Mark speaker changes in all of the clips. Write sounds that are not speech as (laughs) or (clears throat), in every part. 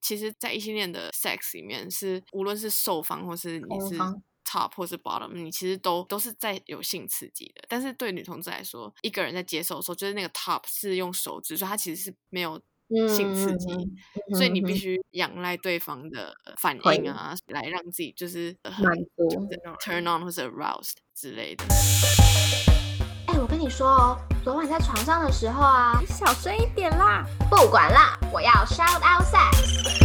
Speaker 1: 其实，在异性恋的 sex 里面是，无论是受方或是你
Speaker 2: 攻
Speaker 1: 是
Speaker 2: 方
Speaker 1: top 或是 bottom，你其实都都是在有性刺激的。但是对女同志来说，一个人在接受的时候，就是那个 top 是用手指，所以它其实是没有性刺激，
Speaker 2: 嗯
Speaker 1: 所以你
Speaker 2: 嗯
Speaker 1: 必
Speaker 2: 嗯
Speaker 1: 须仰赖对方的反
Speaker 2: 回
Speaker 1: 应啊，来让自己就是很
Speaker 2: 满足。
Speaker 1: 就是 (laughs) turn on 或者 aroused 之类的。
Speaker 2: 哎、我跟你说哦，昨晚在床上的时候啊，
Speaker 3: 小声一点啦！
Speaker 2: 不管啦，我要 shout out sex。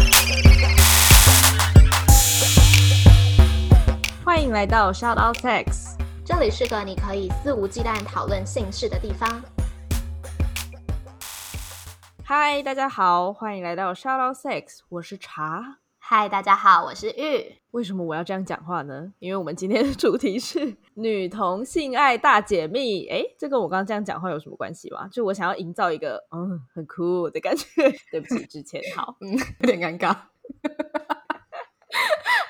Speaker 3: 欢迎来到 Shout Out Sex，
Speaker 2: 这里是个你可以肆无忌惮讨论性事的地方。
Speaker 3: 嗨，大家好，欢迎来到 Shout Out Sex，我是茶。
Speaker 2: 嗨，大家好，我是玉。
Speaker 3: 为什么我要这样讲话呢？因为我们今天的主题是 (laughs) 女同性爱大解密。诶，这跟我刚刚这样讲话有什么关系吗？就我想要营造一个嗯很酷的感觉。 (laughs) 对不起，之前好，
Speaker 4: 嗯，有点尴尬。 (laughs)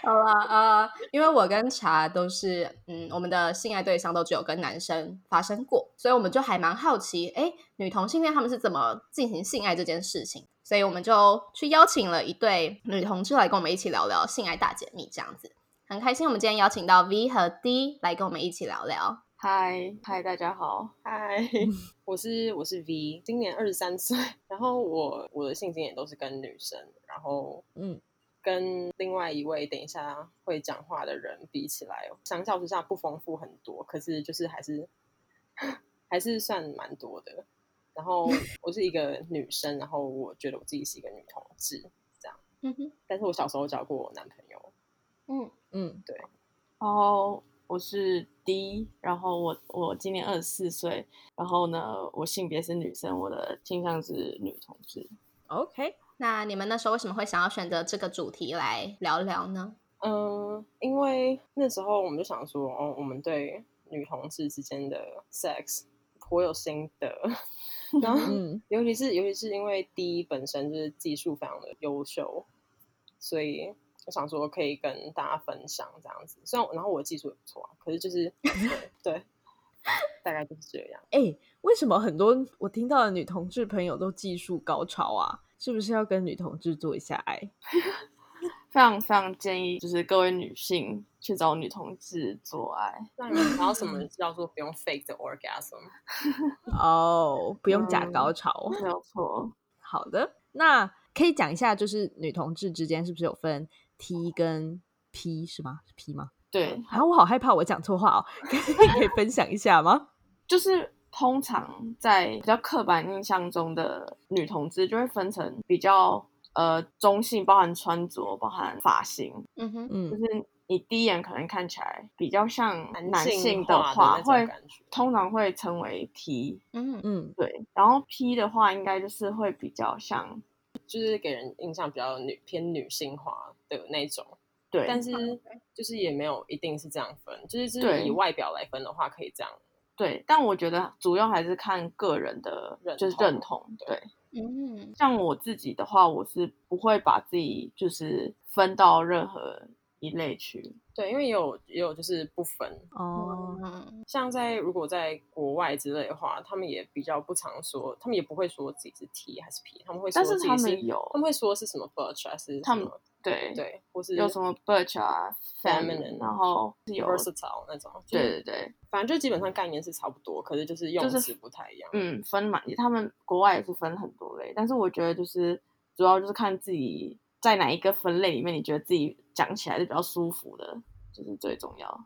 Speaker 4: 好了，呃，因为我跟茶都是，嗯，我们的性爱对象都只有跟男生发生过，所以我们就还蛮好奇，哎，女同性恋他们是怎么进行性爱这件事情，所以我们就去邀请了一对女同志来跟我们一起聊聊性爱大解密这样子，很开心，我们今天邀请到 V 和 D 来跟我们一起聊聊。
Speaker 5: 嗨嗨，大家好，嗨，
Speaker 2: 嗯
Speaker 5: (laughs) 我是我是 V，今年二十三岁，然后我我的性经验都是跟女生，然后
Speaker 3: 嗯，
Speaker 5: 跟另外一位等一下会讲话的人比起来，哦相较之下不丰富很多，可是就是还是 (laughs) 还是算蛮多的。然
Speaker 2: (laughs)
Speaker 5: 后我是一个女生，然后我觉得我自己是一个女同志，
Speaker 2: 嗯哼，
Speaker 5: 但是我小时候交过我男朋友，
Speaker 2: 嗯，
Speaker 3: 嗯，
Speaker 1: 然后哦我是 D，然后我我今年二十四岁，然后呢，我性别是女生，我的倾向是女同志。
Speaker 3: OK，
Speaker 2: 那你们那时候为什么会想要选择这个主题来聊聊呢？
Speaker 5: 嗯，因为那时候我们就想说，哦，我们对女同志之间的 sex 颇有心得，然后
Speaker 3: 嗯
Speaker 5: 尤其是尤其是因为 D 本身就是技术非常的优秀，所以我想说可以跟大家分享这样子。虽然我然后我技术也不错啊，可是就是对对，大概就是这样。
Speaker 3: 哎、为什么很多我听到的女同志朋友都技术高超啊？是不是要跟女同志做一下爱？
Speaker 1: 非常非常建议，就是各位女性去找女同志做爱，
Speaker 5: 那你们知道什么叫做不用 fake 的 orgasm？
Speaker 3: 哦、不用假
Speaker 1: 嗯
Speaker 3: 高潮。
Speaker 1: 没有错。
Speaker 3: 好的，那可以讲一下，就是女同志之间是不是有分 T 跟 P 是吗？是 P 吗？
Speaker 1: 对，
Speaker 3: 啊，我好害怕我讲错话哦，可以可以分享一下吗？
Speaker 1: 就是通常在比较刻板印象中的女同志，就会分成比较呃中性，包含穿着，包含发型，
Speaker 2: 嗯哼，
Speaker 1: 就
Speaker 3: 嗯
Speaker 1: 是你第一眼可能看起来比较像男性
Speaker 5: 的
Speaker 1: 话，
Speaker 5: 那
Speaker 1: 会
Speaker 5: 种感觉，
Speaker 1: 通常会成为 T，
Speaker 2: 嗯
Speaker 3: 嗯
Speaker 1: 对，然后 P 的话应该就是会比较像
Speaker 5: 就是给人印象比较女偏女性化的那种。
Speaker 1: 对，(laughs)
Speaker 5: 但是就是也没有一定是这样分，就是就是
Speaker 1: 对
Speaker 5: 以外表来分的话，可以这样。
Speaker 1: 对，但我觉得主要还是看个人的
Speaker 5: 认
Speaker 1: 就是
Speaker 5: 同
Speaker 1: 认同，对，
Speaker 2: 嗯
Speaker 1: 像我自己的话，我是不会把自己就是分到任何一类去，
Speaker 5: 对，因为也有也有就是不分，
Speaker 3: 哦
Speaker 2: 嗯
Speaker 5: 像在如果在国外之类的话，他们也比较不常说，他们也不会说自己是 T 还是 P，他们会说
Speaker 1: 但
Speaker 5: 自
Speaker 1: 是
Speaker 5: 己
Speaker 1: 他
Speaker 5: 是
Speaker 1: 们有
Speaker 5: 他们会说是什么 butch 还是
Speaker 1: 他们
Speaker 5: 什么
Speaker 1: 对，
Speaker 5: 对，或是
Speaker 1: 有什么 birch 啊
Speaker 5: feminine，
Speaker 1: feminine，然后是有
Speaker 5: versatile 那种，就
Speaker 1: 对对
Speaker 5: 是
Speaker 1: 对，
Speaker 5: 反正就基本上概念是差不多，可是就是用
Speaker 1: 就是
Speaker 5: 词不太一样。
Speaker 1: 嗯，分满，他们国外也是分很多类，但是我觉得就是主要就是看自己在哪一个分类里面，你觉得自己讲起来是比较舒服的，就是最重要。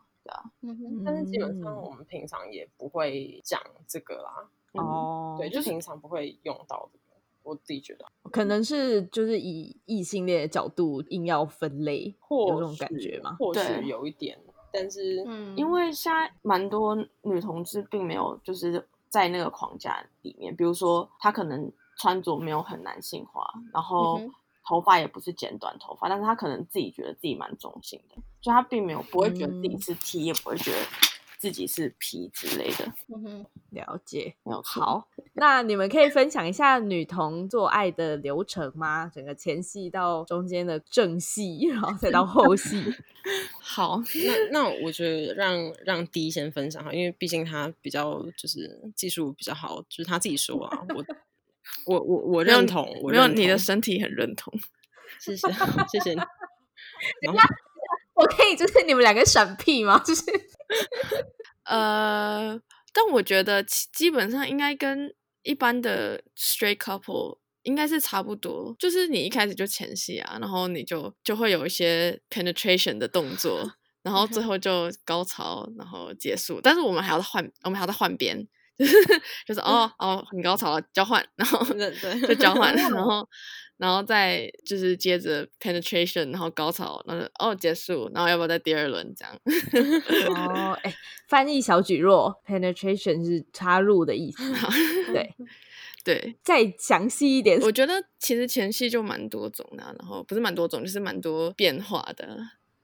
Speaker 2: 嗯哼，
Speaker 5: 但是基本上
Speaker 3: 嗯
Speaker 5: 我们平常也不会讲这个啦，
Speaker 1: 嗯，
Speaker 3: 哦，
Speaker 5: 对，就平常不会用到这个，我自己觉得。
Speaker 3: 可能是就是以异性恋的角度硬要分类，
Speaker 5: 或
Speaker 3: 有这种感
Speaker 5: 许
Speaker 3: 觉吗？
Speaker 5: 或
Speaker 1: 对
Speaker 5: 许有一点，但是
Speaker 2: 嗯，
Speaker 1: 因为现在蛮多女同志并没有就是在那个框架里面，比如说她可能穿着没有很男性化，然后
Speaker 2: 嗯
Speaker 1: 头发也不是剪短头发，但是她可能自己觉得自己蛮中性的，就她并没有不会觉得自己
Speaker 3: 嗯
Speaker 1: 是 T，、也不会觉得自己是 P 之类的，
Speaker 2: 嗯哼，
Speaker 3: 了解。
Speaker 1: 没有错。
Speaker 3: 好，那你们可以分享一下女童做爱的流程吗？整个前戏到中间的正戏，然后再到后戏。
Speaker 1: 好，
Speaker 5: (laughs) 那那我觉得让让 D 先分享哈，因为毕竟他比较就是技术比较好，就是他自己说啊，我我我我认同，我
Speaker 1: 没有
Speaker 5: 认
Speaker 1: 你的
Speaker 5: 同
Speaker 1: 身体很认同，(laughs)
Speaker 5: 谢谢，谢谢你。然后
Speaker 4: 我可以就是你们两个审屁吗？ (laughs) 就是
Speaker 1: 呃，但我觉得其基本上应该跟一般的 straight couple 应该是差不多，就是你一开始就前戏啊，然后你就就会有一些 penetration 的动作，然后最后就高潮，然后结束。但是我们还要换，我们还要再换边， (laughs) 就是就是哦哦，你高潮了，交换，然后
Speaker 5: 对对
Speaker 1: (laughs) 就交换，然后然后再就是接着 penetration，然后高潮，然后就哦结束，然后要不要再第二轮这样？ (laughs)
Speaker 3: 哦，哎、翻译小举弱，penetration 是插入
Speaker 1: (laughs)
Speaker 3: 的意思。对，
Speaker 1: 对，
Speaker 3: 再详细一点，
Speaker 1: 我觉得其实前戏就蛮多种的啊、然后不是蛮多种，就是蛮多变化的。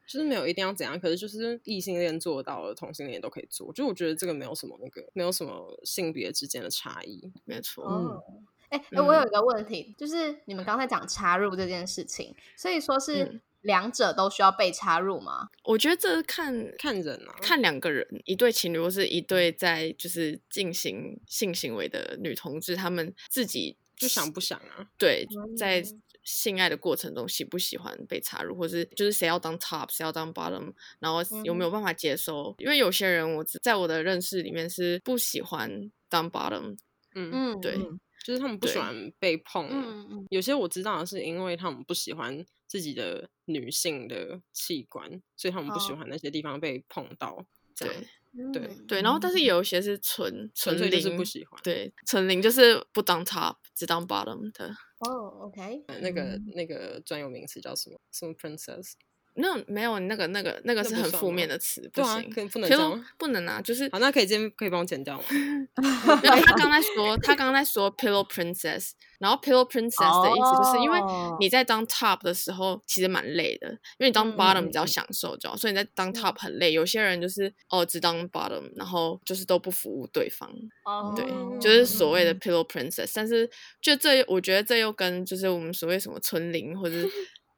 Speaker 5: 就是没有一定要怎样，可是就是异性恋做到了，同性恋也都可以做。就我觉得这个没有什么那个，没有什么性别之间的差异。
Speaker 1: 没错，
Speaker 3: 嗯
Speaker 4: 哦，哎、哎我有一个问题，就是你们刚才讲插入这件事情，所以说是
Speaker 1: 嗯
Speaker 4: 两者都需要被插入吗？
Speaker 1: 我觉得这看
Speaker 5: 看人啊，
Speaker 1: 看两个人，一对情侣或是一对在就是进行性行为的女同志，她们自己
Speaker 5: 就想不想啊？
Speaker 1: 对在
Speaker 4: 嗯
Speaker 1: 性爱的过程中喜不喜欢被插入，或是就是谁要当 top，谁要当 bottom，然后有
Speaker 5: 嗯
Speaker 1: 没有办法接受？因为有些人我知在我的认识里面是不喜欢当 bottom，
Speaker 5: 嗯，
Speaker 4: 嗯，
Speaker 1: 对。
Speaker 4: 嗯
Speaker 5: 就是他们不喜
Speaker 1: 对
Speaker 5: 欢被碰。
Speaker 4: 嗯嗯，
Speaker 5: 有些我知道的是因为他们不喜欢自己的女性的器官，所以他们不喜
Speaker 4: 哦
Speaker 5: 欢那些地方被碰到。这样
Speaker 1: 对
Speaker 4: 嗯
Speaker 5: 对
Speaker 4: 嗯
Speaker 1: 对，然后但是有一些是纯
Speaker 5: 纯
Speaker 1: 纯
Speaker 5: 粹就是不
Speaker 1: 零
Speaker 5: 喜欢
Speaker 1: 对，纯零就是不当 top，只当 bottom 的。
Speaker 4: 哦，OK，
Speaker 5: 呃那个那个专有名词叫什么？什么 princess？
Speaker 1: 那没有那个那个那个
Speaker 5: 那
Speaker 1: 是
Speaker 5: 不
Speaker 1: 很
Speaker 5: 算
Speaker 1: 负
Speaker 5: 吗
Speaker 1: 面的词，
Speaker 5: 对啊
Speaker 1: 行，
Speaker 5: 可不
Speaker 1: 可
Speaker 5: 能这
Speaker 1: 是
Speaker 5: 样
Speaker 1: 我
Speaker 5: 吗
Speaker 1: (laughs) 不能啊，就是
Speaker 5: 好，那可以今天可以帮我剪掉吗？
Speaker 1: 没有他刚才说他刚才说 pillow princess，然后 pillow princess 的意思就是因为
Speaker 3: 哦
Speaker 1: 你在当 top 的时候其实蛮累的，因为你当
Speaker 4: 嗯
Speaker 1: bottom
Speaker 3: 嗯
Speaker 1: 比较享受，知道吗，所以你在当
Speaker 5: 嗯
Speaker 1: top 很累。有些人就是哦只当 bottom，然后就是都不服务对方。
Speaker 4: 哦，
Speaker 1: 对
Speaker 4: 嗯
Speaker 1: 就是
Speaker 4: (laughs) 嗯
Speaker 1: 所谓的 pillow princess，、但是就这，我觉得这又跟就是我们所谓什么村林
Speaker 5: (laughs)
Speaker 1: 或者是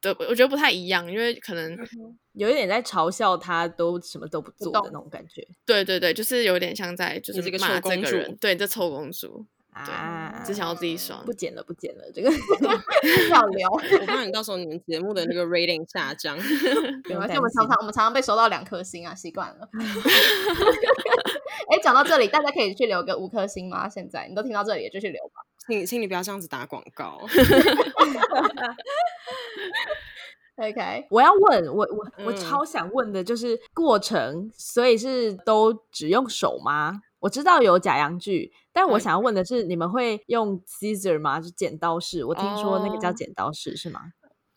Speaker 1: 对，我觉得不太一样，因为可能
Speaker 5: 嗯
Speaker 3: 有一点在嘲笑他都什么都不做的
Speaker 4: 懂
Speaker 3: 那种感觉
Speaker 1: 对对对，就是有点像在就
Speaker 5: 你这
Speaker 1: 是
Speaker 5: 个
Speaker 1: 骂
Speaker 5: 臭
Speaker 1: 这
Speaker 5: 公
Speaker 1: 个
Speaker 5: 主
Speaker 1: 人，对，你这臭公主，
Speaker 3: 啊，
Speaker 1: 只想要自己爽
Speaker 3: 不。剪了，不剪了，这个 (laughs)
Speaker 4: 要留。
Speaker 5: 我怕你到时候你们节目的那个 rating 下降。 (laughs)
Speaker 3: 不
Speaker 4: 没
Speaker 3: 用
Speaker 4: 关
Speaker 3: 担
Speaker 4: 系，
Speaker 3: 心
Speaker 4: 我们常常我们常常被收到两颗星啊，习惯了。哎，讲到这里，大家可以去留个五颗星吗？现在你都听到这里，就去留吧。
Speaker 5: 请请你不要这样子打广告。
Speaker 4: OK，
Speaker 3: 我要问我我我
Speaker 5: 嗯
Speaker 3: 超想问的就是过程，所以是都只用手吗？我知道有假阳具，但我
Speaker 5: 嗯
Speaker 3: 想要问的是，你们会用 scissor 吗？就剪刀式？我听说那个叫
Speaker 1: 哦
Speaker 3: 剪刀式是吗？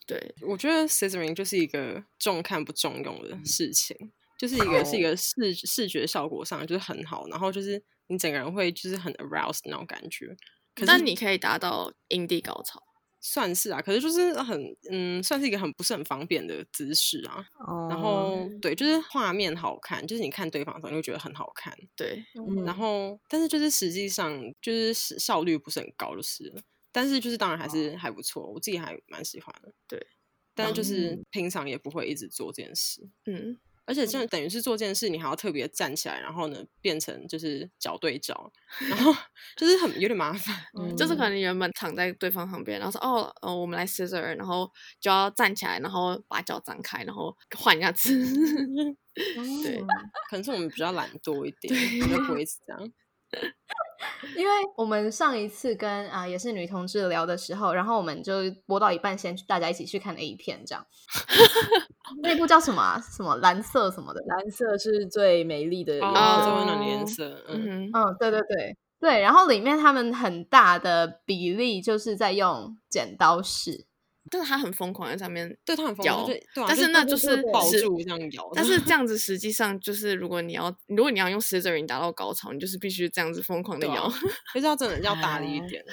Speaker 1: 对，
Speaker 5: 我觉得 scissoring 就是一个重看不重用
Speaker 3: 嗯
Speaker 5: 的事情，就是一个是
Speaker 3: 哦
Speaker 5: 一个视视觉效果上就是很好，然后就是你整个人会就是很 aroused 那种感觉。可
Speaker 1: 但
Speaker 5: 是
Speaker 1: 你可以达到阴蒂高潮。
Speaker 5: 算是啊，可是就是很嗯，算是一个很不是很方便的姿势啊。
Speaker 3: 哦，
Speaker 5: 然后、对，就是画面好看，就是你看对方的时候你会觉得很好看，
Speaker 1: 对，
Speaker 3: 嗯
Speaker 5: 然后但是就是实际上就是是效率不是很高，就是了。但是就是当然还
Speaker 3: 哦
Speaker 5: 是还不错，我自己还蛮喜欢的。
Speaker 1: 对，
Speaker 5: 但是就是
Speaker 3: 嗯
Speaker 5: 平常也不会一直做这件事，
Speaker 1: 嗯，
Speaker 5: 而且这样等于是做这件事，你还要特别站起来，然后呢变成就是脚
Speaker 1: (laughs)
Speaker 5: 对脚，然后就是很有点麻烦。
Speaker 3: 嗯
Speaker 1: 就是可能你原本躺在对方旁边，然后说哦哦，我们来 scissor，然后就要站起来，然后把脚张开，然后换一下姿势。
Speaker 5: 哦
Speaker 1: 对
Speaker 5: 可能是我们比较懒
Speaker 1: (laughs)
Speaker 5: 惰一点，比较不会这样。
Speaker 4: 因为我们上一次跟啊、也是女同志聊的时候，然后我们就播到一半，先去大家一起去看 A 片，这样。那部叫什么、啊？什么蓝色什么的？
Speaker 3: 蓝色是最美丽的颜色。
Speaker 5: 哦，最温暖的颜
Speaker 1: 哦
Speaker 5: 色，嗯。
Speaker 1: 嗯哼，
Speaker 4: 嗯，对对对对。然后里面他们很大的比例就是在用剪刀式，
Speaker 1: 但是他很疯狂在上面
Speaker 5: 对他很疯狂，
Speaker 1: 咬，
Speaker 5: 他就对啊，
Speaker 1: 但
Speaker 5: 就是
Speaker 1: 那就
Speaker 5: 就是抱
Speaker 1: 实
Speaker 5: 住这样咬，
Speaker 1: 但是这样子实际上就是，如果你要如果你要用 scissoring 达到高潮，你就是必须这样子疯狂的
Speaker 5: 对啊
Speaker 1: 咬，
Speaker 5: 就是要真的要大力一
Speaker 1: 啊
Speaker 3: 哎
Speaker 5: 点。
Speaker 1: (laughs)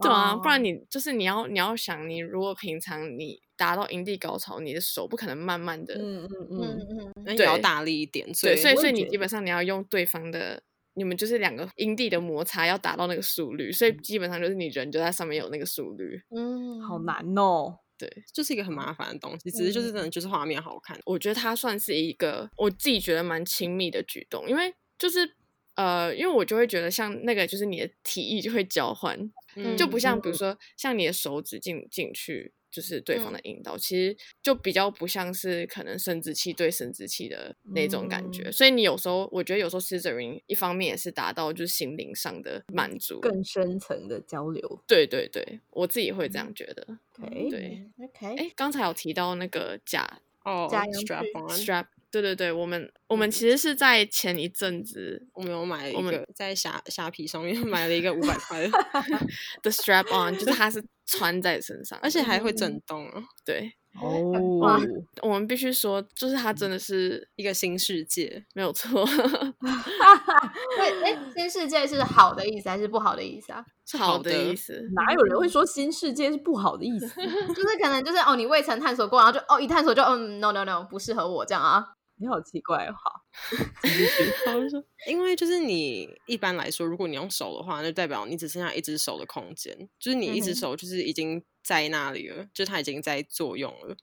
Speaker 1: 对啊，不
Speaker 4: 哦
Speaker 1: 然你就是你要你要想，你如果平常你达到营地高潮，你的手不可能慢慢的，
Speaker 3: 嗯嗯
Speaker 4: 嗯
Speaker 3: 嗯，
Speaker 4: 嗯，
Speaker 5: 那也要
Speaker 1: 对
Speaker 5: 大力一点，所
Speaker 1: 对，
Speaker 5: 以
Speaker 1: 所以
Speaker 3: 我
Speaker 1: 所
Speaker 3: 也
Speaker 1: 以你
Speaker 3: 觉
Speaker 1: 基本上你要用对方的。你们就是两个阴蒂的摩擦要达到那个速率，所以
Speaker 5: 嗯
Speaker 1: 基本上就是你人就在上面有那个速率。
Speaker 4: 嗯，
Speaker 3: 好难哦。
Speaker 5: 就是一个很麻烦的东西，只是
Speaker 1: 嗯
Speaker 5: 就是真的就是画面好看，
Speaker 1: 我觉得它算是一个我自己觉得蛮亲密的举动，因为就是呃，因为我就会觉得像那个就是你的体液就会交换，就不
Speaker 5: 嗯
Speaker 1: 像比如说像你的手指进进去，就是对
Speaker 5: 嗯
Speaker 1: 方的引导，其实就比较不像是可能生殖器对生殖器的那种感觉。
Speaker 3: 嗯
Speaker 1: 所以你有时候我觉得有时候 scissoring 一方面也是达到就是心灵上的满足。
Speaker 3: 更深层的交流。
Speaker 1: 对对对，我自己会
Speaker 5: 嗯
Speaker 1: 这样觉得。
Speaker 3: OK，
Speaker 1: 对
Speaker 4: ，OK，
Speaker 1: 哎，刚才有提到那个假
Speaker 5: 哦
Speaker 4: 加油
Speaker 5: ，strap on，
Speaker 1: strap，对对对，我们
Speaker 5: 嗯
Speaker 1: 我们其实是在前一阵子
Speaker 5: 我们有买
Speaker 1: 我
Speaker 5: 一
Speaker 1: 们
Speaker 5: 个在虾虾皮上面 (laughs) 买了一个五百块的，
Speaker 1: 的 strap on，就是它是穿在身上的，
Speaker 5: 而且还
Speaker 1: (laughs)
Speaker 5: 会震动啊，
Speaker 1: 对，
Speaker 3: 哦，
Speaker 1: 我们必须说，就是它
Speaker 5: 嗯
Speaker 1: 真的是
Speaker 5: 一个新世界。
Speaker 1: 没有错，
Speaker 4: 对，哎，新世界是好的意思还是不好的意思啊？
Speaker 1: 是
Speaker 5: 好
Speaker 1: 好的
Speaker 5: 的
Speaker 1: 意思。
Speaker 3: 哪有人会说新世界是不好的意思？ (laughs)
Speaker 4: 就是可能就是哦，你未曾探索过，然后就哦一探索就嗯 no no no 不适合我这样啊。
Speaker 3: 你好奇怪哦，好，
Speaker 5: 因为就是你一般来说，如果你用手的话，那代表你只剩下一只手的空间，就是你一
Speaker 4: 嗯
Speaker 5: 只
Speaker 4: 哼
Speaker 5: 手就是已经在那里了，就它已经在作用了。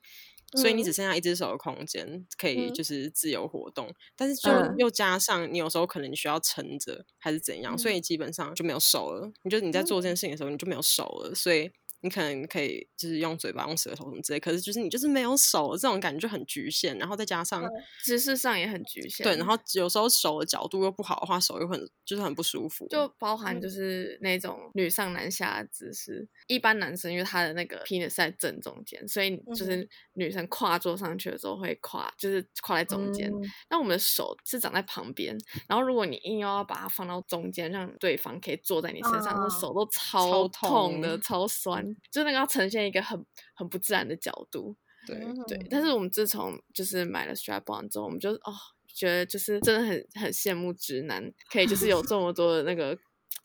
Speaker 5: 所以
Speaker 4: 嗯
Speaker 5: 你只剩下一只手的空间，可以
Speaker 4: 嗯
Speaker 5: 就是自由活动，但是就
Speaker 3: 嗯
Speaker 5: 又加上你有时候可能需要撑着还是怎样，所
Speaker 4: 嗯
Speaker 5: 以基本上就没有手了。你就你在做这件事情的时候，你就没有手了，所以你可能可以就是用嘴巴、用舌头什么之类，可是就是你就是没有手了，这种感觉就很局限。然后再加
Speaker 4: 嗯
Speaker 5: 上
Speaker 1: 姿势上也很局限。
Speaker 5: 对，然后有时候手的角度又不好的话，手又很就是很不舒服。
Speaker 1: 就包含就是那种女上男下的姿势。一般男生因为他的那个 penis 在正中间，所以就是女生跨坐上去的时候会跨，就是跨在中间。那、我们的手是长在旁边，然后如果你硬要把它放到中间，让对方可以坐在你身上，那、
Speaker 4: 哦
Speaker 1: 手都
Speaker 5: 超
Speaker 1: 超痛的、
Speaker 5: 痛
Speaker 1: 超酸，就那个要呈现一个很很不自然的角度。
Speaker 5: 对，
Speaker 1: 对，但是我们自从就是买了 strap on 之后，我们就哦觉得就是真的很很羡慕直男，可以就是有这么多的那个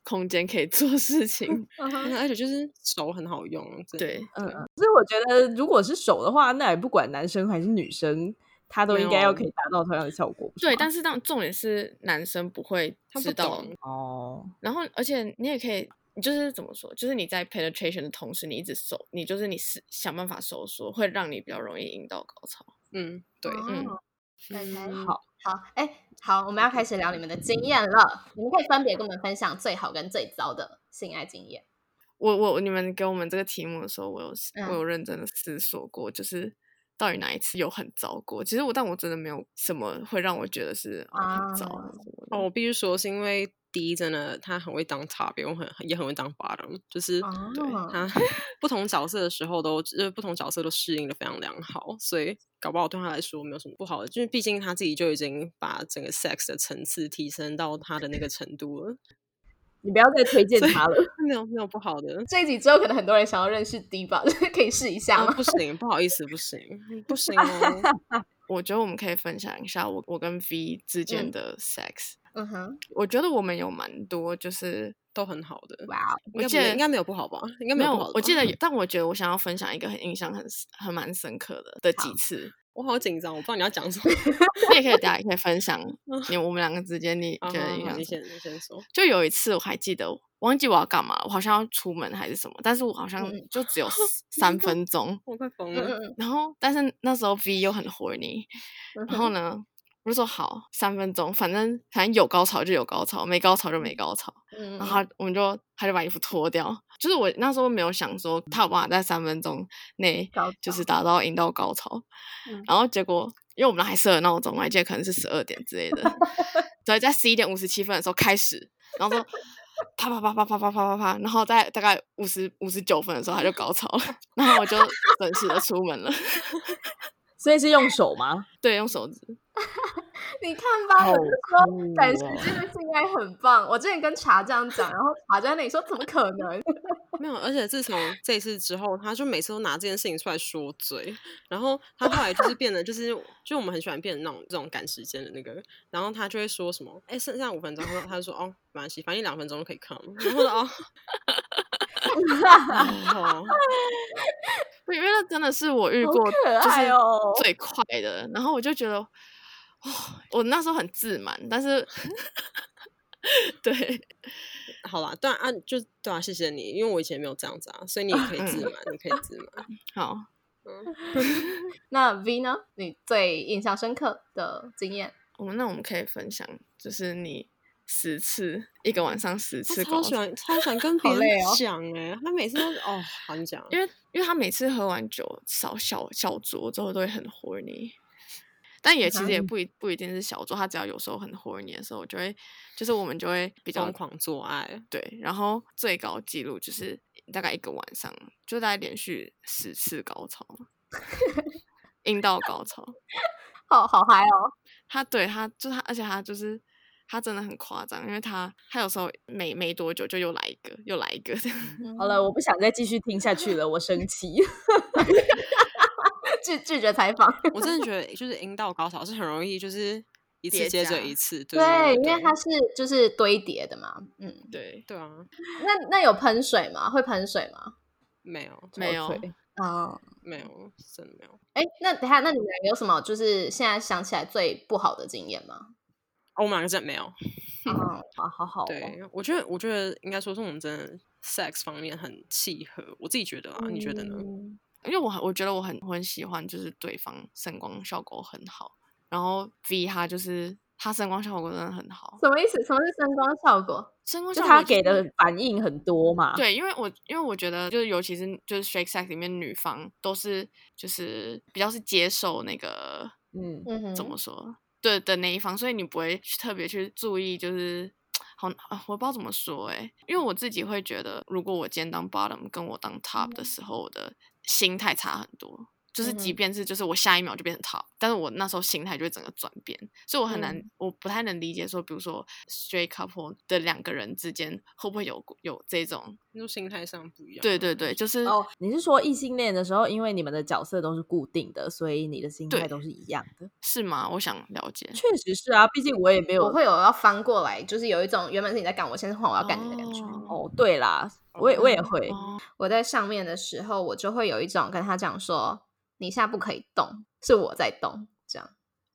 Speaker 1: 空间可以做事情。
Speaker 4: 嗯哼，
Speaker 5: 而且就是手很好用。真的
Speaker 1: 对，
Speaker 3: 嗯，嗯，所以我觉得如果是手的话，那也不管男生还是女生，他都应该要可以达到同样的效果。不是
Speaker 1: 对，
Speaker 3: 吗
Speaker 1: 但是但重点是男生不会
Speaker 5: 他不
Speaker 1: 知道
Speaker 5: 懂，
Speaker 3: 哦，
Speaker 1: 然后而且你也可以。你就是怎么说，就是你在 penetration 的同时，你一直收，你就是你是想办法收缩，会让你比较容易引导高潮。
Speaker 5: 嗯，对，
Speaker 1: 嗯
Speaker 4: 哦，OK，
Speaker 5: 嗯
Speaker 3: 好
Speaker 4: 好，哎，好，我们要开始聊你们的经验了。你们可以分别跟我们分享最好跟最糟的性爱经验。
Speaker 1: 我我你们给我们这个题目的时候，我有思我
Speaker 4: 嗯
Speaker 1: 有认真的思索过，就是到底哪一次有很糟过。其实我但我真的没有什么会让我觉得是啊很糟啊
Speaker 4: 啊
Speaker 1: 什么的。
Speaker 5: 哦，我必须说是因为 D 真的他很会当 top，也很也很会当 bottom，就是、对
Speaker 4: 哦
Speaker 5: 他不同角色的时候都就是不同角色都适应的非常良好，所以搞不好对他来说没有什么不好的，就是毕竟他自己就已经把整个 sex 的层次提升到他的那个程度了，
Speaker 3: 你不要再推荐他了。
Speaker 5: (laughs) 没有没有不好的。
Speaker 4: 这一集之后，可能很多人想要认识 D 吧， (laughs) 可以试一下
Speaker 5: 啊，
Speaker 4: 吗？
Speaker 5: 不行，不好意思，不行，不行哦。
Speaker 1: 我觉得我们可以分享一下我我跟 V 之间
Speaker 4: 嗯
Speaker 1: 的 sex。
Speaker 4: 嗯哼，
Speaker 1: 我觉得我们有蛮多就是
Speaker 5: 都很好的，
Speaker 4: 哇哦，
Speaker 5: 应
Speaker 1: 我
Speaker 5: 该不
Speaker 1: 记
Speaker 5: 是
Speaker 1: 得
Speaker 5: 应该没有不好吧？应该
Speaker 1: 没
Speaker 5: 有
Speaker 1: 有
Speaker 5: 不好的吧。
Speaker 1: 我记得有，但我觉得我想要分享一个很印象很很蛮深刻的的几次。
Speaker 5: 我好紧张，我不知道你要讲什么。 (laughs)
Speaker 1: 你也可以，大家也可以分享你我们两个之间你
Speaker 5: 啊
Speaker 1: 觉得
Speaker 5: 好
Speaker 1: 印
Speaker 5: 好
Speaker 1: 象
Speaker 5: 嗯你
Speaker 1: 深
Speaker 5: 先你先说。
Speaker 1: 就有一次我还记得，忘记我要干嘛了，我好像要出门还是什么，但是我好像
Speaker 4: 嗯嗯
Speaker 1: 就只有
Speaker 4: (laughs)
Speaker 1: 三分钟。
Speaker 5: 我快疯
Speaker 4: 嗯
Speaker 5: 了。
Speaker 4: 嗯
Speaker 1: 然后，但是那时候 V 又很 horny，
Speaker 4: 嗯，
Speaker 1: 然后呢，我就说好，三分钟，反正反正有高潮就有高潮，没高潮就没高潮。
Speaker 4: 嗯，
Speaker 1: 然后他我们就他就把衣服脱掉，就是我那时候没有想说他有办法在三分钟内
Speaker 4: 高嗯
Speaker 1: 就是达到引导高潮，然后结果因为我们还设了闹钟，我还记得可能是十二点之
Speaker 4: (laughs)
Speaker 1: 类的，所以在十一点五十七分的时候开始，然后就啪啪啪啪啪啪啪啪啪，然后在大概五十五十九分的时候他就高潮了，然后我就准时的出门了， (laughs)
Speaker 3: 所以是用手吗？
Speaker 1: 对，用手指，
Speaker 4: 你看吧，我就说
Speaker 5: 嗯
Speaker 3: 酷
Speaker 4: 短时
Speaker 3: 哦
Speaker 4: 间的性爱很棒。我之前跟茶这样讲，然后茶在那里说怎么可能？
Speaker 5: 没有，而且自从这一次之后，他就每次都拿这件事情出来说嘴，然后他后来就是变得就是就我们很喜欢变得那种这种赶时间的那个，然后他就会说什么，哎，剩下五分钟，他就说哦，没关系，反正一两分钟就可以 come，然后我就哦，哦
Speaker 1: 对因为那真的是我遇
Speaker 3: 好
Speaker 1: 过
Speaker 3: 可
Speaker 1: 就是
Speaker 3: 爱哦
Speaker 1: 最快的，然后我就觉得，哇、我那时候很自满，但是
Speaker 5: (laughs)
Speaker 1: 对
Speaker 5: 好啦，对啊啊，就对啊，谢谢你，因为我以前没有这样子啊，所以你也可以自
Speaker 1: 嗯
Speaker 5: 满，你可以自满。
Speaker 1: 好。
Speaker 4: 那 V 呢？你最印象深刻的经验？
Speaker 1: 我们那我们可以分享，就是你十次，一个晚上十
Speaker 5: 他
Speaker 1: 次
Speaker 5: 超
Speaker 1: 高
Speaker 5: 喜
Speaker 1: 潮。
Speaker 5: 欢超喜欢跟别
Speaker 4: 好累
Speaker 5: 人
Speaker 4: 哦
Speaker 5: 讲哎、他每次都是哦，好你讲，
Speaker 1: 因为因为他每次喝完酒小小小酌之后都会很 horny，但也其实也
Speaker 4: 嗯
Speaker 1: 不一不一定是小酌，他只要有时候很 horny 的时候，我就会就是我们就会比较
Speaker 5: 疯狂做爱，
Speaker 1: 对，然后最高记录就是大概一个晚上，就大概连续十次高潮，阴道高潮。
Speaker 4: 好好嗨哦！
Speaker 1: 他对他就他，而且他就是他真的很夸张，因为他他有时候没没多久就又来一个，又来一个这样。
Speaker 3: 好了，我不想再继续听下去了，我生气。
Speaker 4: 拒拒绝采访。
Speaker 5: 我真的觉得就是阴道高潮是很容易，就是一次
Speaker 1: 叠
Speaker 5: 接
Speaker 1: 加
Speaker 5: 着一次，对
Speaker 4: 对，
Speaker 5: 对
Speaker 4: 因为
Speaker 5: 对
Speaker 4: 它是就是堆叠的嘛。嗯，
Speaker 1: 对，
Speaker 5: 对啊，
Speaker 4: 那那有喷水吗？会喷水吗？
Speaker 5: 没有
Speaker 1: 没有
Speaker 3: 憔悴
Speaker 4: 哦，
Speaker 5: 没有，真的没有。
Speaker 4: 哎，那等一下，那你们有什么就是现在想起来最不好的经验
Speaker 1: (laughs)
Speaker 4: 吗？
Speaker 5: 哦我们两个真的没有。
Speaker 4: 哦，
Speaker 3: 啊，好好、哦。
Speaker 5: 对，我觉得，我觉得应该说是我们真的 sex 方面很契合，我自己觉得
Speaker 3: 哦
Speaker 5: 啊，你觉得呢？
Speaker 4: 嗯
Speaker 1: 因为我很我觉得我很我很喜欢，就是对方声光效果很好，然后 V 他就是他声光效果真的很好，
Speaker 4: 什么意思？什么是声光效果？
Speaker 1: 声光
Speaker 3: 就
Speaker 1: 效果
Speaker 3: 他
Speaker 1: 是
Speaker 3: 给的反应很多嘛。，
Speaker 1: 对，因为我因为我觉得就是尤其是就是 Shake Sex 里面女方都是就是比较是接受那个
Speaker 3: 嗯，
Speaker 4: 嗯哼，
Speaker 1: 怎么说对的那一方，所以你不会去特别去注意，就是好、啊，我不知道怎么说哎、因为我自己会觉得，如果我今天当 bottom 跟我当 top 的时候，我的心态差很多。就是，即
Speaker 4: 嗯嗯哼
Speaker 1: 便是就是我下一秒就变成 top，但是我那时候心态就会整个转变，所以我很难，
Speaker 4: 嗯
Speaker 1: 我不太能理解说，比如说 straight couple 的两个人之间会不会有有这种
Speaker 5: 就心态上不一样。
Speaker 1: 对对对，，就是、
Speaker 3: 哦，你是说异性恋的时候，因为你们的角色都是固定的，所以你的心态
Speaker 1: 对
Speaker 3: 都是一样的？
Speaker 1: 是吗？我想了解。
Speaker 3: 确实是啊，毕竟我也没有
Speaker 4: 我。会有要翻过来，就是有一种原本是你在干我，现在换我要干你的感觉。
Speaker 1: 哦
Speaker 3: 哦，对啦，我也我也会。
Speaker 4: 我在上面的时候，我就会有一种跟他讲说，你现在不可以动，是我在动这样。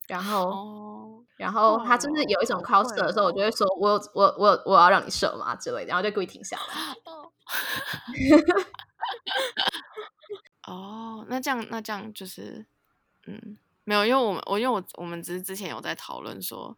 Speaker 4: 然后，
Speaker 1: 哦，
Speaker 4: 然后他就是有一种快要射的时候，我就会说，我有我我有我要让你射嘛之类的，然后就故意停下来。
Speaker 1: 哦，那这样那这样就是，嗯，没有，因为我们我因为我我们只是之前有在讨论说，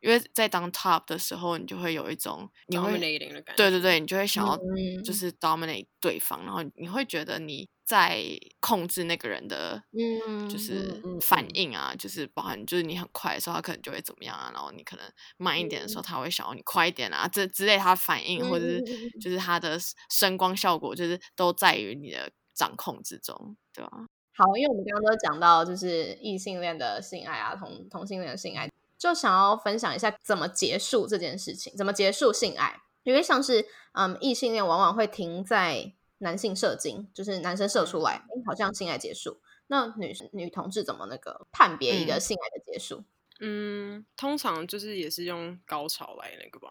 Speaker 1: 因为在当 top 的时候，你就会有一种你会
Speaker 5: dominating 的感觉。
Speaker 1: 对对对，你就会想要
Speaker 4: 嗯
Speaker 1: 就是 dominate 对方，然后你会觉得你在控制那个人的。
Speaker 4: 嗯
Speaker 1: 就是
Speaker 3: 嗯嗯
Speaker 1: 反
Speaker 3: 嗯
Speaker 1: 应啊，就是包含就是你很快的时候，他可能就会怎么样啊，然后你可能慢一点的时候，他会想要你快一点啊，这之类他反应或者是
Speaker 4: 嗯嗯嗯嗯
Speaker 1: 就是他的声光效果，就是都在于你的掌控之中，对吧、
Speaker 4: 好，因为我们刚刚都讲到就是异性恋的性爱啊，同同性恋的性爱，就想要分享一下怎么结束这件事情，怎么结束性爱。因为像是嗯，异性恋往往会停在男性射精，就是男生射出来，诶好像性爱结束。那女女同志怎么那个判别一个
Speaker 1: 嗯
Speaker 4: 性爱的结束、
Speaker 5: 嗯，通常就是也是用高潮来那个吧，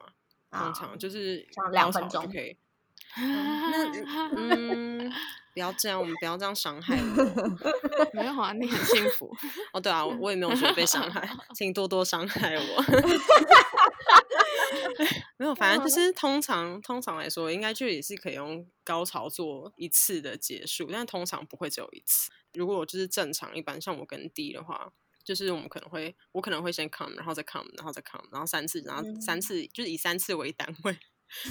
Speaker 5: 通
Speaker 4: 啊？
Speaker 5: 常就是
Speaker 4: 像两
Speaker 5: 高
Speaker 4: 分
Speaker 5: 潮
Speaker 4: 钟
Speaker 5: 就可以。那嗯，不要这样，我们不要这样伤害
Speaker 1: (laughs)
Speaker 5: 我。
Speaker 1: 没有啊，你很幸福。
Speaker 5: 哦，对啊，我我也没有觉得被伤害， (laughs) 请多多伤害我。 (laughs) 没有，反
Speaker 1: 嗯
Speaker 5: 正就是通常通常来说，应该就也是可以用高潮做一次的结束，但通常不会只有一次。如果我就是正常一般，像我跟 D 的话，就是我们可能会我可能会先 come，然后再 come，然后再 come，然后三次，然后
Speaker 1: 嗯
Speaker 5: 三次、就是以三次为单位，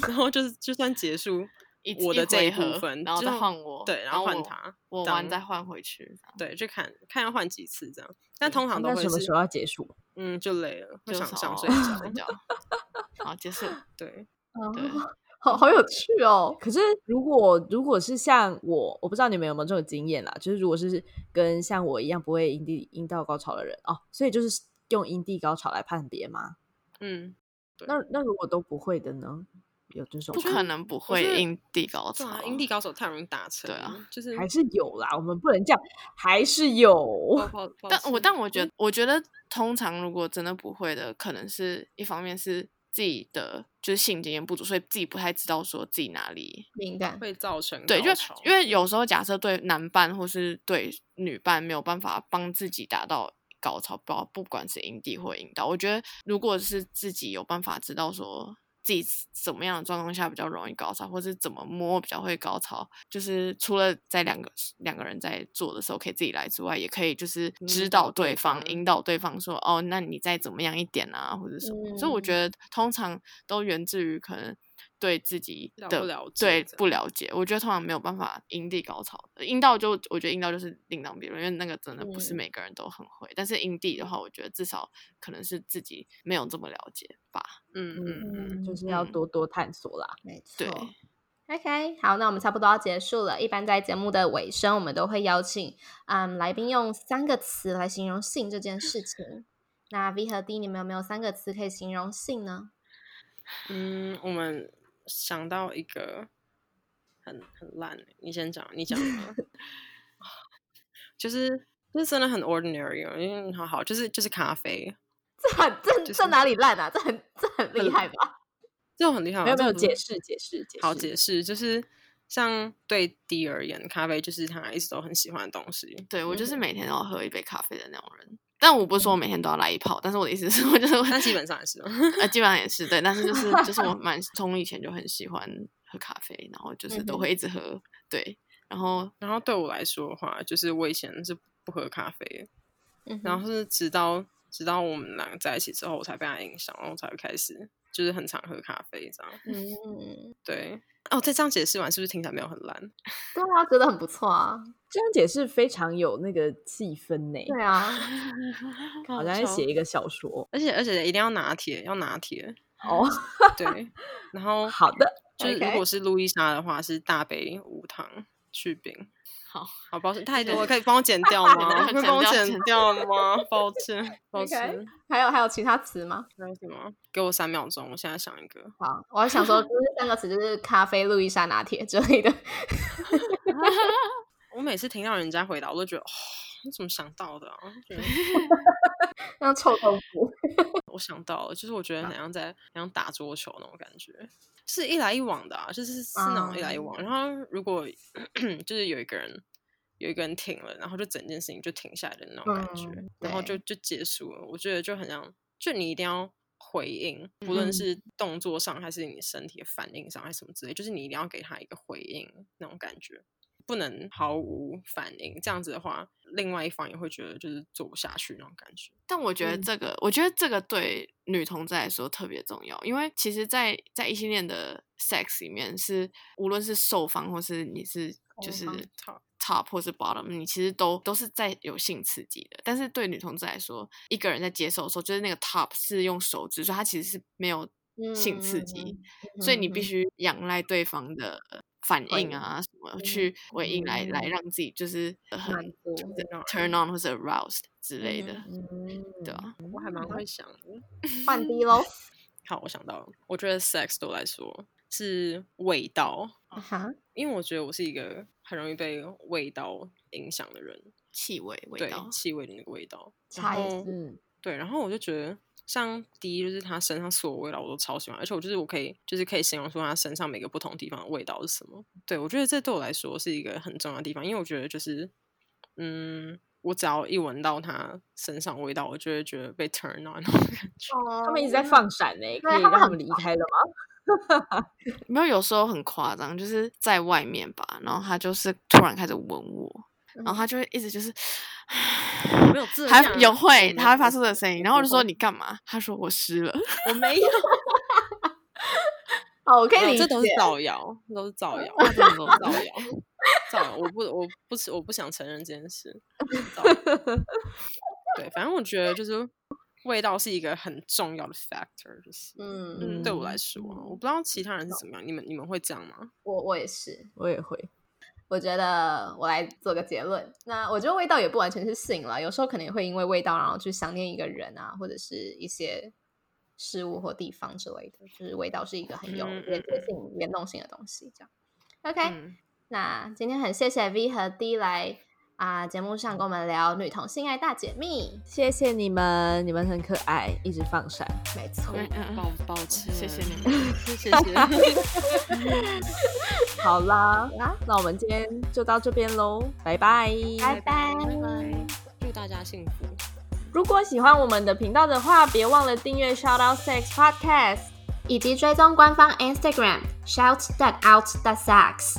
Speaker 5: 然后就是就算结束
Speaker 1: 一
Speaker 5: 我
Speaker 1: 一
Speaker 5: 的这
Speaker 1: 回
Speaker 5: 一部
Speaker 1: 合
Speaker 5: 分，
Speaker 1: 然后
Speaker 5: 就
Speaker 1: 再
Speaker 5: 是
Speaker 1: 换我
Speaker 5: 对，然
Speaker 1: 然后
Speaker 5: 后换
Speaker 1: 我
Speaker 5: 他，
Speaker 1: 我
Speaker 5: 这
Speaker 1: 完
Speaker 5: 样
Speaker 1: 再换回去，这样
Speaker 5: 对，就看看要换几次这样。但通常都
Speaker 3: 那
Speaker 5: 会
Speaker 3: 什么
Speaker 5: 是
Speaker 3: 时候要结束？
Speaker 5: 嗯，就累了，会
Speaker 1: 就
Speaker 5: 想
Speaker 1: 是 (laughs)
Speaker 5: 想
Speaker 1: 哦
Speaker 5: 睡
Speaker 1: 睡
Speaker 5: 觉。
Speaker 1: 觉。好，结束。
Speaker 5: 对，
Speaker 1: 对，
Speaker 4: 好好有趣哦。
Speaker 3: (laughs) 可是如果如果是像我，我不知道你们有没有这种经验啦，就是如果是跟像我一样不会阴蒂阴道高潮的人哦，所以就是用阴蒂高潮来判别吗？
Speaker 5: 嗯，对
Speaker 3: 那那如果都不会的呢？有这种
Speaker 1: 不
Speaker 3: 吗
Speaker 1: 可能不
Speaker 5: 觉
Speaker 1: 会
Speaker 5: 得
Speaker 1: 阴蒂高
Speaker 5: 对
Speaker 1: 潮
Speaker 5: 啊，，阴地高手太容易达成
Speaker 1: 对
Speaker 5: 了，
Speaker 1: 啊
Speaker 5: 就是
Speaker 3: 还是有啦，我们不能这样，还是有。
Speaker 5: 抱抱抱
Speaker 1: 但我
Speaker 5: 歉
Speaker 1: 但我觉得，我觉得通常如果真的不会的，可能是一方面是自己的就是性经验不足，所以自己不太知道说自己哪里
Speaker 4: 敏感，
Speaker 5: 会造成
Speaker 1: 对，
Speaker 5: 高
Speaker 1: 就
Speaker 5: 潮
Speaker 1: 因为有时候假设对男伴或是对女伴没有办法帮自己达到高潮，不不管是阴蒂或阴道，我觉得如果是自己有办法知道说自己怎么样的状况下比较容易高潮，或是怎么摸比较会高潮，就是除了在两个两个人在做的时候可以自己来之外，也可以就是指导对方、
Speaker 5: 方
Speaker 1: 引导对方说，哦，那你再怎么样一点啊，或者什么。所以我觉得通常都源自于可能。对自己
Speaker 6: 了
Speaker 1: 的
Speaker 6: 不了解
Speaker 1: 对
Speaker 6: 这
Speaker 1: 不
Speaker 6: 样
Speaker 1: 了解，我觉得通常没有办法阴地高潮，阴道就我觉得阴道就是另当别论，因为那个真的不是
Speaker 4: 嗯
Speaker 1: 每个人都很会。但是阴地的话，我觉得至少可能是自己没有这么了解吧。嗯嗯，
Speaker 4: 嗯
Speaker 3: 就是要
Speaker 1: 嗯
Speaker 3: 多多探索啦。
Speaker 4: 没错。
Speaker 1: 对，
Speaker 4: OK，好，那我们差不多要结束了。一般在节目的尾声，我们都会邀请嗯来宾用三个词来形容性这件事情。那 V 和 D，你们有没有三个词可以形容性呢？
Speaker 5: 嗯，我们想到一个很很烂欸，你先讲，你讲
Speaker 1: (laughs)
Speaker 5: 吧就是就是真的很 ordinary，哦因为好好就是就是咖啡，
Speaker 4: 这很这、
Speaker 5: 就是
Speaker 4: 这哪里烂啊？这很这很厉害吧？
Speaker 5: 这种很厉害吗，哦
Speaker 3: 没有没有
Speaker 5: 这不是
Speaker 3: 解释解释解释，
Speaker 5: 好解释，就是像对 D 而言，咖啡就是他一直都很喜欢的东西。
Speaker 1: 对我
Speaker 4: 嗯
Speaker 1: 就是每天都要喝一杯咖啡的那种人。但我不是说我每天都要来一泡，但是我的意思是，我就是
Speaker 4: (laughs)
Speaker 1: 我
Speaker 5: 那基本上也是哦， (laughs)
Speaker 1: 呃基本上也是对，但是就是就是我蛮从以前就很喜欢喝咖啡，然后就是
Speaker 4: 嗯
Speaker 1: 都
Speaker 4: 哼
Speaker 1: 会一直喝，对，然后
Speaker 5: 然后对我来说的话，就是我以前是不喝咖啡的，
Speaker 4: 嗯哼，
Speaker 5: 然后是直到直到我们两个在一起之后，我才被他影响，然后我才会开始就是很常喝咖啡这样。
Speaker 4: 嗯，
Speaker 5: 对，哦，再这样解释完是不是听起来没有很烂？
Speaker 4: 对啊，觉得很不错啊。
Speaker 3: 这样解释非常有那个气氛呢、
Speaker 4: 对啊，
Speaker 3: 好像在写一个小说
Speaker 5: 而且而且一定要拿铁，要拿铁。
Speaker 3: 哦。
Speaker 5: 对，然 (laughs) 后
Speaker 3: 好的，
Speaker 5: 就是如
Speaker 4: OK
Speaker 5: 果是路易莎的话，是大杯无糖去冰。
Speaker 1: 好，
Speaker 5: 好抱歉，太多了，可以帮我剪掉吗？可以帮我
Speaker 1: 剪掉
Speaker 5: 剪掉吗？抱歉，抱
Speaker 4: OK
Speaker 5: 歉，
Speaker 4: 还有还有其他词吗？
Speaker 5: 还有什么？给我三秒钟，我现在想一个。
Speaker 4: 好，我还想
Speaker 5: (laughs)
Speaker 4: 说，就是三个词，就是咖啡、路易莎拿铁之类的。
Speaker 5: 我每次听到人家回答，我都觉得，哦，我怎么想到的啊？我觉得
Speaker 4: 像臭豆腐。
Speaker 5: 我想到了，就是我觉得
Speaker 4: 嗯
Speaker 5: 很像在很像打桌球那种感觉，是一来一往的、啊，就是是那种一
Speaker 4: 嗯
Speaker 5: 来一往。然后如果 (clears throat) 就是有一个人有一个人停了，然后就整件事情就停下来的那种感觉，
Speaker 4: 嗯
Speaker 5: 然后就
Speaker 4: 对
Speaker 5: 就结束了。我觉得就很像，就你一定要回应，
Speaker 4: 嗯
Speaker 5: 不论是动作上还是你身体的反应上还是什么之类，就是你一定要给他一个回应那种感觉。不能毫无反应，这样子的话，另外一方也会觉得就是做不下去那种感觉。
Speaker 1: 但我觉
Speaker 4: 嗯
Speaker 1: 得这个，我觉得这个对女同志来说特别重要，因为其实在，在异性恋的 sex 里面是，无论是受方或是你是就
Speaker 5: 攻
Speaker 1: 是
Speaker 5: 方 top
Speaker 1: top 或是 bottom，你其实都都是在有性刺激的。但是对女同志来说，一个人在接受的时候，就是那个 top 是用手指，所以它其实是没有
Speaker 4: 嗯
Speaker 1: 性刺激，所以你必
Speaker 4: 须。
Speaker 1: 须仰赖对方的。呃反
Speaker 4: 嗯回
Speaker 1: 应
Speaker 4: 应嗯
Speaker 1: 啊，什么去回应来、来让自己就是呃很
Speaker 4: 满足嗯
Speaker 1: 就是 turn on 或者 aroused 之类的，
Speaker 3: 嗯
Speaker 1: 对啊。
Speaker 5: 我还蛮会想的。
Speaker 4: 换
Speaker 2: 嗯
Speaker 4: D 喽。
Speaker 5: 好，我想到了，我觉得 sex 对我来说是味道，
Speaker 4: 哈，
Speaker 5: 因为我觉得我是一个很容易被味道影响的人，
Speaker 1: 气味味
Speaker 5: 对
Speaker 1: 道，
Speaker 5: 气味的那个味道。
Speaker 4: 茶也
Speaker 5: 后
Speaker 3: 嗯，
Speaker 5: 对，然后我就觉得。像第一就是他身上所有味道我都超喜欢，而且我就是我可以就是可以形容出他身上每个不同地方的味道是什么。对我觉得这对我来说是一个很重要的地方，因为我觉得就是嗯，我只要一闻到他身上的味道，我就会觉得被 turn on 那种感觉。
Speaker 3: 他
Speaker 4: 他
Speaker 3: 们一直
Speaker 2: 嗯
Speaker 3: 在放闪呢、可以
Speaker 4: 他
Speaker 3: 让
Speaker 4: 们
Speaker 3: 他
Speaker 4: 很
Speaker 3: 们离开了吗？
Speaker 1: 没有有时候很夸张，就是在外面吧，然后他就是突然开始闻我，然后他就会一直就是，
Speaker 5: 没有这
Speaker 1: 还
Speaker 5: 样
Speaker 1: 嗯有
Speaker 5: 我
Speaker 1: 会
Speaker 5: 没
Speaker 1: 他会
Speaker 5: 有
Speaker 1: 发出的哦声音，然后我就说
Speaker 5: 不
Speaker 1: 你干嘛？他说我湿了，
Speaker 5: 我没有，
Speaker 4: 哦，我可以
Speaker 5: 没有
Speaker 4: 理解
Speaker 5: 啊这。都是造谣，这都是造
Speaker 4: (laughs)
Speaker 5: 谣，
Speaker 1: 他怎么
Speaker 5: 造
Speaker 1: 了？
Speaker 5: 谣，造谣！我不，我不是，我不想承认这件事。造谣 (laughs) 对，反正我觉得就是味道是一个很重要的 factor，就是
Speaker 4: 嗯，
Speaker 5: 对我来说，啊我不知道其他人是怎么样，你们你们会这样吗？
Speaker 4: 我我也是。
Speaker 3: 我也会，
Speaker 4: 我觉得我来做个结论。那我觉得味道也不完全是性了，有时候可能也会因为味道，然后去想念一个人啊，或者是一些事物或地方之类的。就是味道是一个很有
Speaker 5: 嗯嗯
Speaker 4: 连接性、联动性的东西。这样，OK、
Speaker 5: 嗯，
Speaker 4: 那今天很谢谢 V 和 D 来啊、节目上跟我们聊女同性爱大解密。
Speaker 3: 谢谢你们，你们很可爱，一直放闪。
Speaker 4: 没错，
Speaker 1: 嗯嗯
Speaker 5: 抱抱歉，
Speaker 1: 谢谢你们。
Speaker 5: 谢谢 (laughs) 谢谢，
Speaker 3: 好啦，
Speaker 4: 好啦，
Speaker 3: 那我们今天就到这边喽，拜拜。
Speaker 4: 拜拜。
Speaker 5: 祝大家幸福。
Speaker 3: 如果喜欢我们的频道的话，别忘了订阅 Shout Out Sex Podcast。
Speaker 4: 以及追踪官方 Instagram shout that out that sucks。